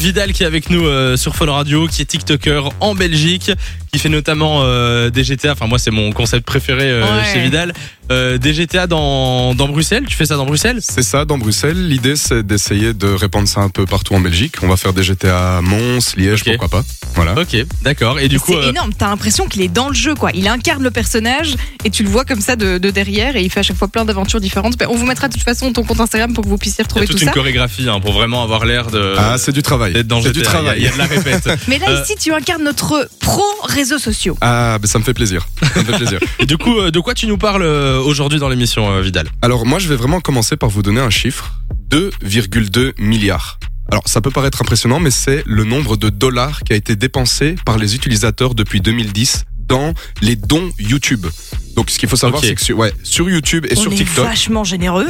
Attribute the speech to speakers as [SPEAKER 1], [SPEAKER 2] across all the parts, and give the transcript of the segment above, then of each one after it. [SPEAKER 1] Vidal qui est avec nous euh, sur Fun Radio, qui est TikToker en Belgique, qui fait notamment euh, des GTA. Enfin moi c'est mon concept préféré euh,
[SPEAKER 2] Ouais.
[SPEAKER 1] chez Vidal. Euh, des GTA dans, dans Bruxelles. Tu fais ça dans Bruxelles
[SPEAKER 3] C'est ça, dans Bruxelles. L'idée, c'est d'essayer de répandre ça un peu partout en Belgique. On va faire des GTA à Mons, Liège,
[SPEAKER 1] Ok.
[SPEAKER 3] pourquoi pas. Voilà.
[SPEAKER 1] Ok, d'accord. Et du coup,
[SPEAKER 2] c'est
[SPEAKER 1] euh,
[SPEAKER 2] énorme, t'as l'impression qu'il est dans le jeu, quoi. Il incarne le personnage et tu le vois comme ça de, de derrière et il fait à chaque fois plein d'aventures différentes. Ben, On vous mettra de toute façon ton compte Instagram pour que vous puissiez
[SPEAKER 1] il y a
[SPEAKER 2] retrouver tout
[SPEAKER 1] toute une
[SPEAKER 2] ça.
[SPEAKER 1] chorégraphie hein, pour vraiment avoir l'air de.
[SPEAKER 3] Ah, c'est du travail.
[SPEAKER 1] Euh, d'être dans
[SPEAKER 3] C'est du
[SPEAKER 1] GTA.
[SPEAKER 3] travail.
[SPEAKER 1] Il y a- il y a de la répète.
[SPEAKER 2] Mais là,
[SPEAKER 1] Euh,
[SPEAKER 2] ici, tu incarnes notre pro réseaux sociaux.
[SPEAKER 3] Ah, ben, ça me fait plaisir. Ça me fait plaisir.
[SPEAKER 1] Et du coup, euh, de quoi tu nous parles euh, aujourd'hui dans l'émission euh, Vidal
[SPEAKER 3] Alors, moi, je vais vraiment commencer par vous donner un chiffre 2,2 milliards. Alors, ça peut paraître impressionnant, mais c'est le nombre de dollars qui a été dépensé par les utilisateurs depuis 2010 dans les dons YouTube. Donc, ce qu'il faut savoir,
[SPEAKER 1] Ok.
[SPEAKER 3] c'est que sur, ouais, sur YouTube et
[SPEAKER 2] On
[SPEAKER 3] sur
[SPEAKER 2] est
[SPEAKER 3] TikTok.
[SPEAKER 2] vachement généreux.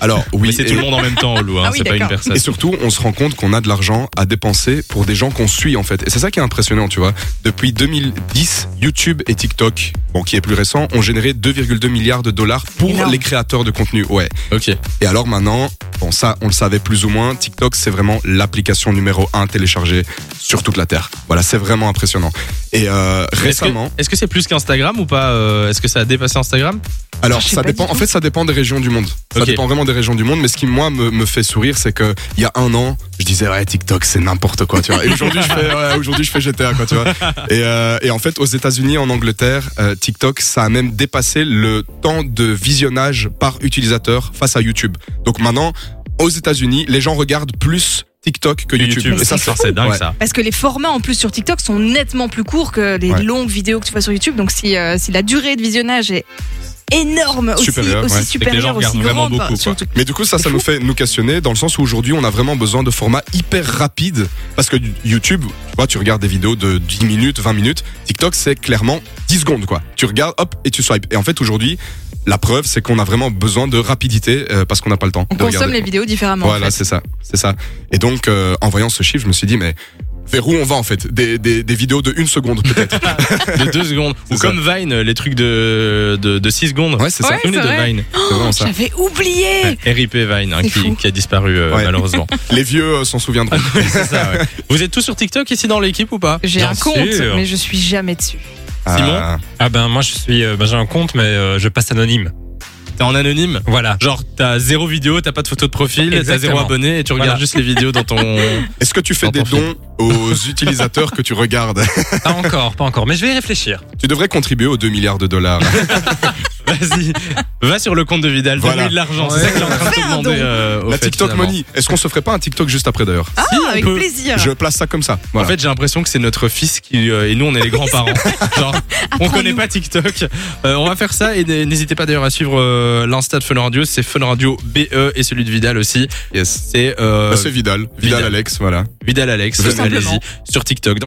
[SPEAKER 3] Alors, oui,
[SPEAKER 1] Mais c'est
[SPEAKER 3] et-
[SPEAKER 1] tout le monde en même temps, Lou. Hein,
[SPEAKER 2] Ah oui,
[SPEAKER 1] c'est pas une
[SPEAKER 2] d'accord.
[SPEAKER 1] personne.
[SPEAKER 3] Et surtout, on se rend compte qu'on a de l'argent à dépenser pour des gens qu'on suit en fait. Et c'est ça qui est impressionnant, tu vois. Depuis 2010, YouTube et TikTok, bon qui est plus récent, ont généré 2,2 milliards de dollars pour
[SPEAKER 2] Énorme.
[SPEAKER 3] les créateurs de contenu. Ouais.
[SPEAKER 1] Ok.
[SPEAKER 3] Et alors maintenant, bon ça, on le savait plus ou moins, TikTok c'est vraiment l'application numéro un téléchargée sur toute la terre. Voilà, c'est vraiment impressionnant. Et euh,
[SPEAKER 1] Est-ce que-
[SPEAKER 3] récemment,
[SPEAKER 1] Est-ce que c'est plus qu'Instagram ou pas euh, Est-ce que ça a dépassé Instagram
[SPEAKER 3] alors
[SPEAKER 2] Je sais
[SPEAKER 3] ça
[SPEAKER 2] pas
[SPEAKER 3] dépend.
[SPEAKER 2] du
[SPEAKER 3] En
[SPEAKER 2] tout.
[SPEAKER 3] fait, ça dépend des régions du monde. Ça
[SPEAKER 1] Ok.
[SPEAKER 3] dépend vraiment des régions du monde. Mais ce qui moi me, me fait sourire, c'est que il y a un an, je disais ouais TikTok c'est n'importe quoi, tu vois. Et aujourd'hui je fais ouais, aujourd'hui je fais GTA quoi, tu vois. Et, euh, et en fait aux États-Unis, en Angleterre, euh, TikTok ça a même dépassé le temps de visionnage par utilisateur face à YouTube. Donc maintenant aux États-Unis, les gens regardent plus TikTok que YouTube.
[SPEAKER 1] YouTube.
[SPEAKER 3] Et ça
[SPEAKER 1] c'est c'est dingue
[SPEAKER 3] ouais.
[SPEAKER 1] ça.
[SPEAKER 2] Parce que les formats en plus sur TikTok sont nettement plus courts que les
[SPEAKER 3] Ouais.
[SPEAKER 2] longues vidéos que tu vois sur YouTube. Donc si, euh, si la durée de visionnage est énorme, aussi
[SPEAKER 3] Supérieure,
[SPEAKER 2] aussi
[SPEAKER 3] ouais.
[SPEAKER 1] que les gens
[SPEAKER 2] supérieure, aussi
[SPEAKER 1] regardent vraiment
[SPEAKER 2] grande,
[SPEAKER 1] beaucoup, quoi.
[SPEAKER 2] surtout-
[SPEAKER 3] Mais du coup, ça, ça nous fait nous questionner dans le sens où aujourd'hui, on a vraiment besoin de formats hyper rapides parce que YouTube, tu vois, tu regardes des vidéos de 10 minutes, 20 minutes. TikTok, c'est clairement 10 secondes, quoi. Tu regardes, hop, et tu swipes. Et en fait, aujourd'hui, la preuve, c'est qu'on a vraiment besoin de rapidité euh, parce qu'on n'a pas le temps.
[SPEAKER 2] On
[SPEAKER 3] de
[SPEAKER 2] consomme
[SPEAKER 3] regarder.
[SPEAKER 2] les vidéos différemment. en
[SPEAKER 3] Voilà,
[SPEAKER 2] fait.
[SPEAKER 3] c'est ça, c'est ça. Et donc, euh, en voyant ce chiffre, je me suis dit, mais vers où on va en fait des, des, des vidéos de une seconde peut-être.
[SPEAKER 1] De deux secondes. Ou
[SPEAKER 3] C'est ça.
[SPEAKER 1] comme Vine, les trucs de de, de six secondes.
[SPEAKER 3] Ouais, c'est ça.
[SPEAKER 2] Ouais,
[SPEAKER 1] Souvenez
[SPEAKER 2] c'est
[SPEAKER 1] de
[SPEAKER 2] vrai.
[SPEAKER 1] Vine.
[SPEAKER 3] C'est vraiment ça.
[SPEAKER 2] J'avais oublié.
[SPEAKER 1] RIP Vine hein,
[SPEAKER 2] C'est
[SPEAKER 1] qui,
[SPEAKER 2] fou.
[SPEAKER 1] qui a disparu euh,
[SPEAKER 3] Ouais.
[SPEAKER 1] malheureusement.
[SPEAKER 2] Oh,
[SPEAKER 3] Les vieux euh, s'en souviendront.
[SPEAKER 1] C'est ça, ouais. Vous êtes tous sur TikTok ici dans l'équipe ou pas
[SPEAKER 2] J'ai
[SPEAKER 1] Bien
[SPEAKER 2] un compte,
[SPEAKER 1] sûr.
[SPEAKER 2] mais je suis jamais dessus.
[SPEAKER 3] Ah,
[SPEAKER 4] Ah ben moi je suis euh, ben, j'ai un compte mais euh, je passe anonyme.
[SPEAKER 1] T'es en anonyme
[SPEAKER 4] Voilà.
[SPEAKER 1] Genre t'as zéro vidéo, t'as pas de photo de profil, t'as
[SPEAKER 4] Exactement.
[SPEAKER 1] zéro abonné et tu regardes
[SPEAKER 4] Voilà.
[SPEAKER 1] juste les vidéos dans ton.
[SPEAKER 3] Est-ce que tu fais
[SPEAKER 1] Dans
[SPEAKER 3] des
[SPEAKER 1] ton
[SPEAKER 3] dons aux utilisateurs que tu regardes
[SPEAKER 4] Pas encore, pas encore, mais je vais y réfléchir.
[SPEAKER 3] Tu devrais contribuer aux 2 milliards de dollars.
[SPEAKER 1] Vas-y, va sur le compte de Vidal,
[SPEAKER 3] Voilà.
[SPEAKER 1] donne-lui de l'argent. C'est ça qu'il est en train de te
[SPEAKER 2] Fais un
[SPEAKER 1] demander.
[SPEAKER 2] don.
[SPEAKER 1] euh, au
[SPEAKER 3] La
[SPEAKER 1] fait,
[SPEAKER 3] TikTok
[SPEAKER 1] finalement.
[SPEAKER 3] money. Est-ce qu'on se ferait pas un TikTok juste après d'ailleurs
[SPEAKER 2] Ah,
[SPEAKER 1] on
[SPEAKER 2] avec
[SPEAKER 1] peut.
[SPEAKER 2] plaisir.
[SPEAKER 3] Je place ça comme ça.
[SPEAKER 1] En
[SPEAKER 3] Voilà.
[SPEAKER 1] fait, j'ai l'impression que c'est notre fils qui euh, et nous on est les grands-parents. Genre, on
[SPEAKER 2] Apprends-nous.
[SPEAKER 1] connaît pas TikTok. Euh, on va faire ça et n- n'hésitez pas d'ailleurs à suivre euh, l'insta de Fun Radio, c'est Fun Radio BE et celui de Vidal aussi.
[SPEAKER 3] yes. Bah,
[SPEAKER 1] C'est euh,
[SPEAKER 3] c'est Vidal. Vidal
[SPEAKER 1] Vidal.
[SPEAKER 3] Vidal Alex, voilà.
[SPEAKER 1] Vidal Alex.
[SPEAKER 3] Tout
[SPEAKER 1] Allez-y
[SPEAKER 2] simplement.
[SPEAKER 1] sur TikTok.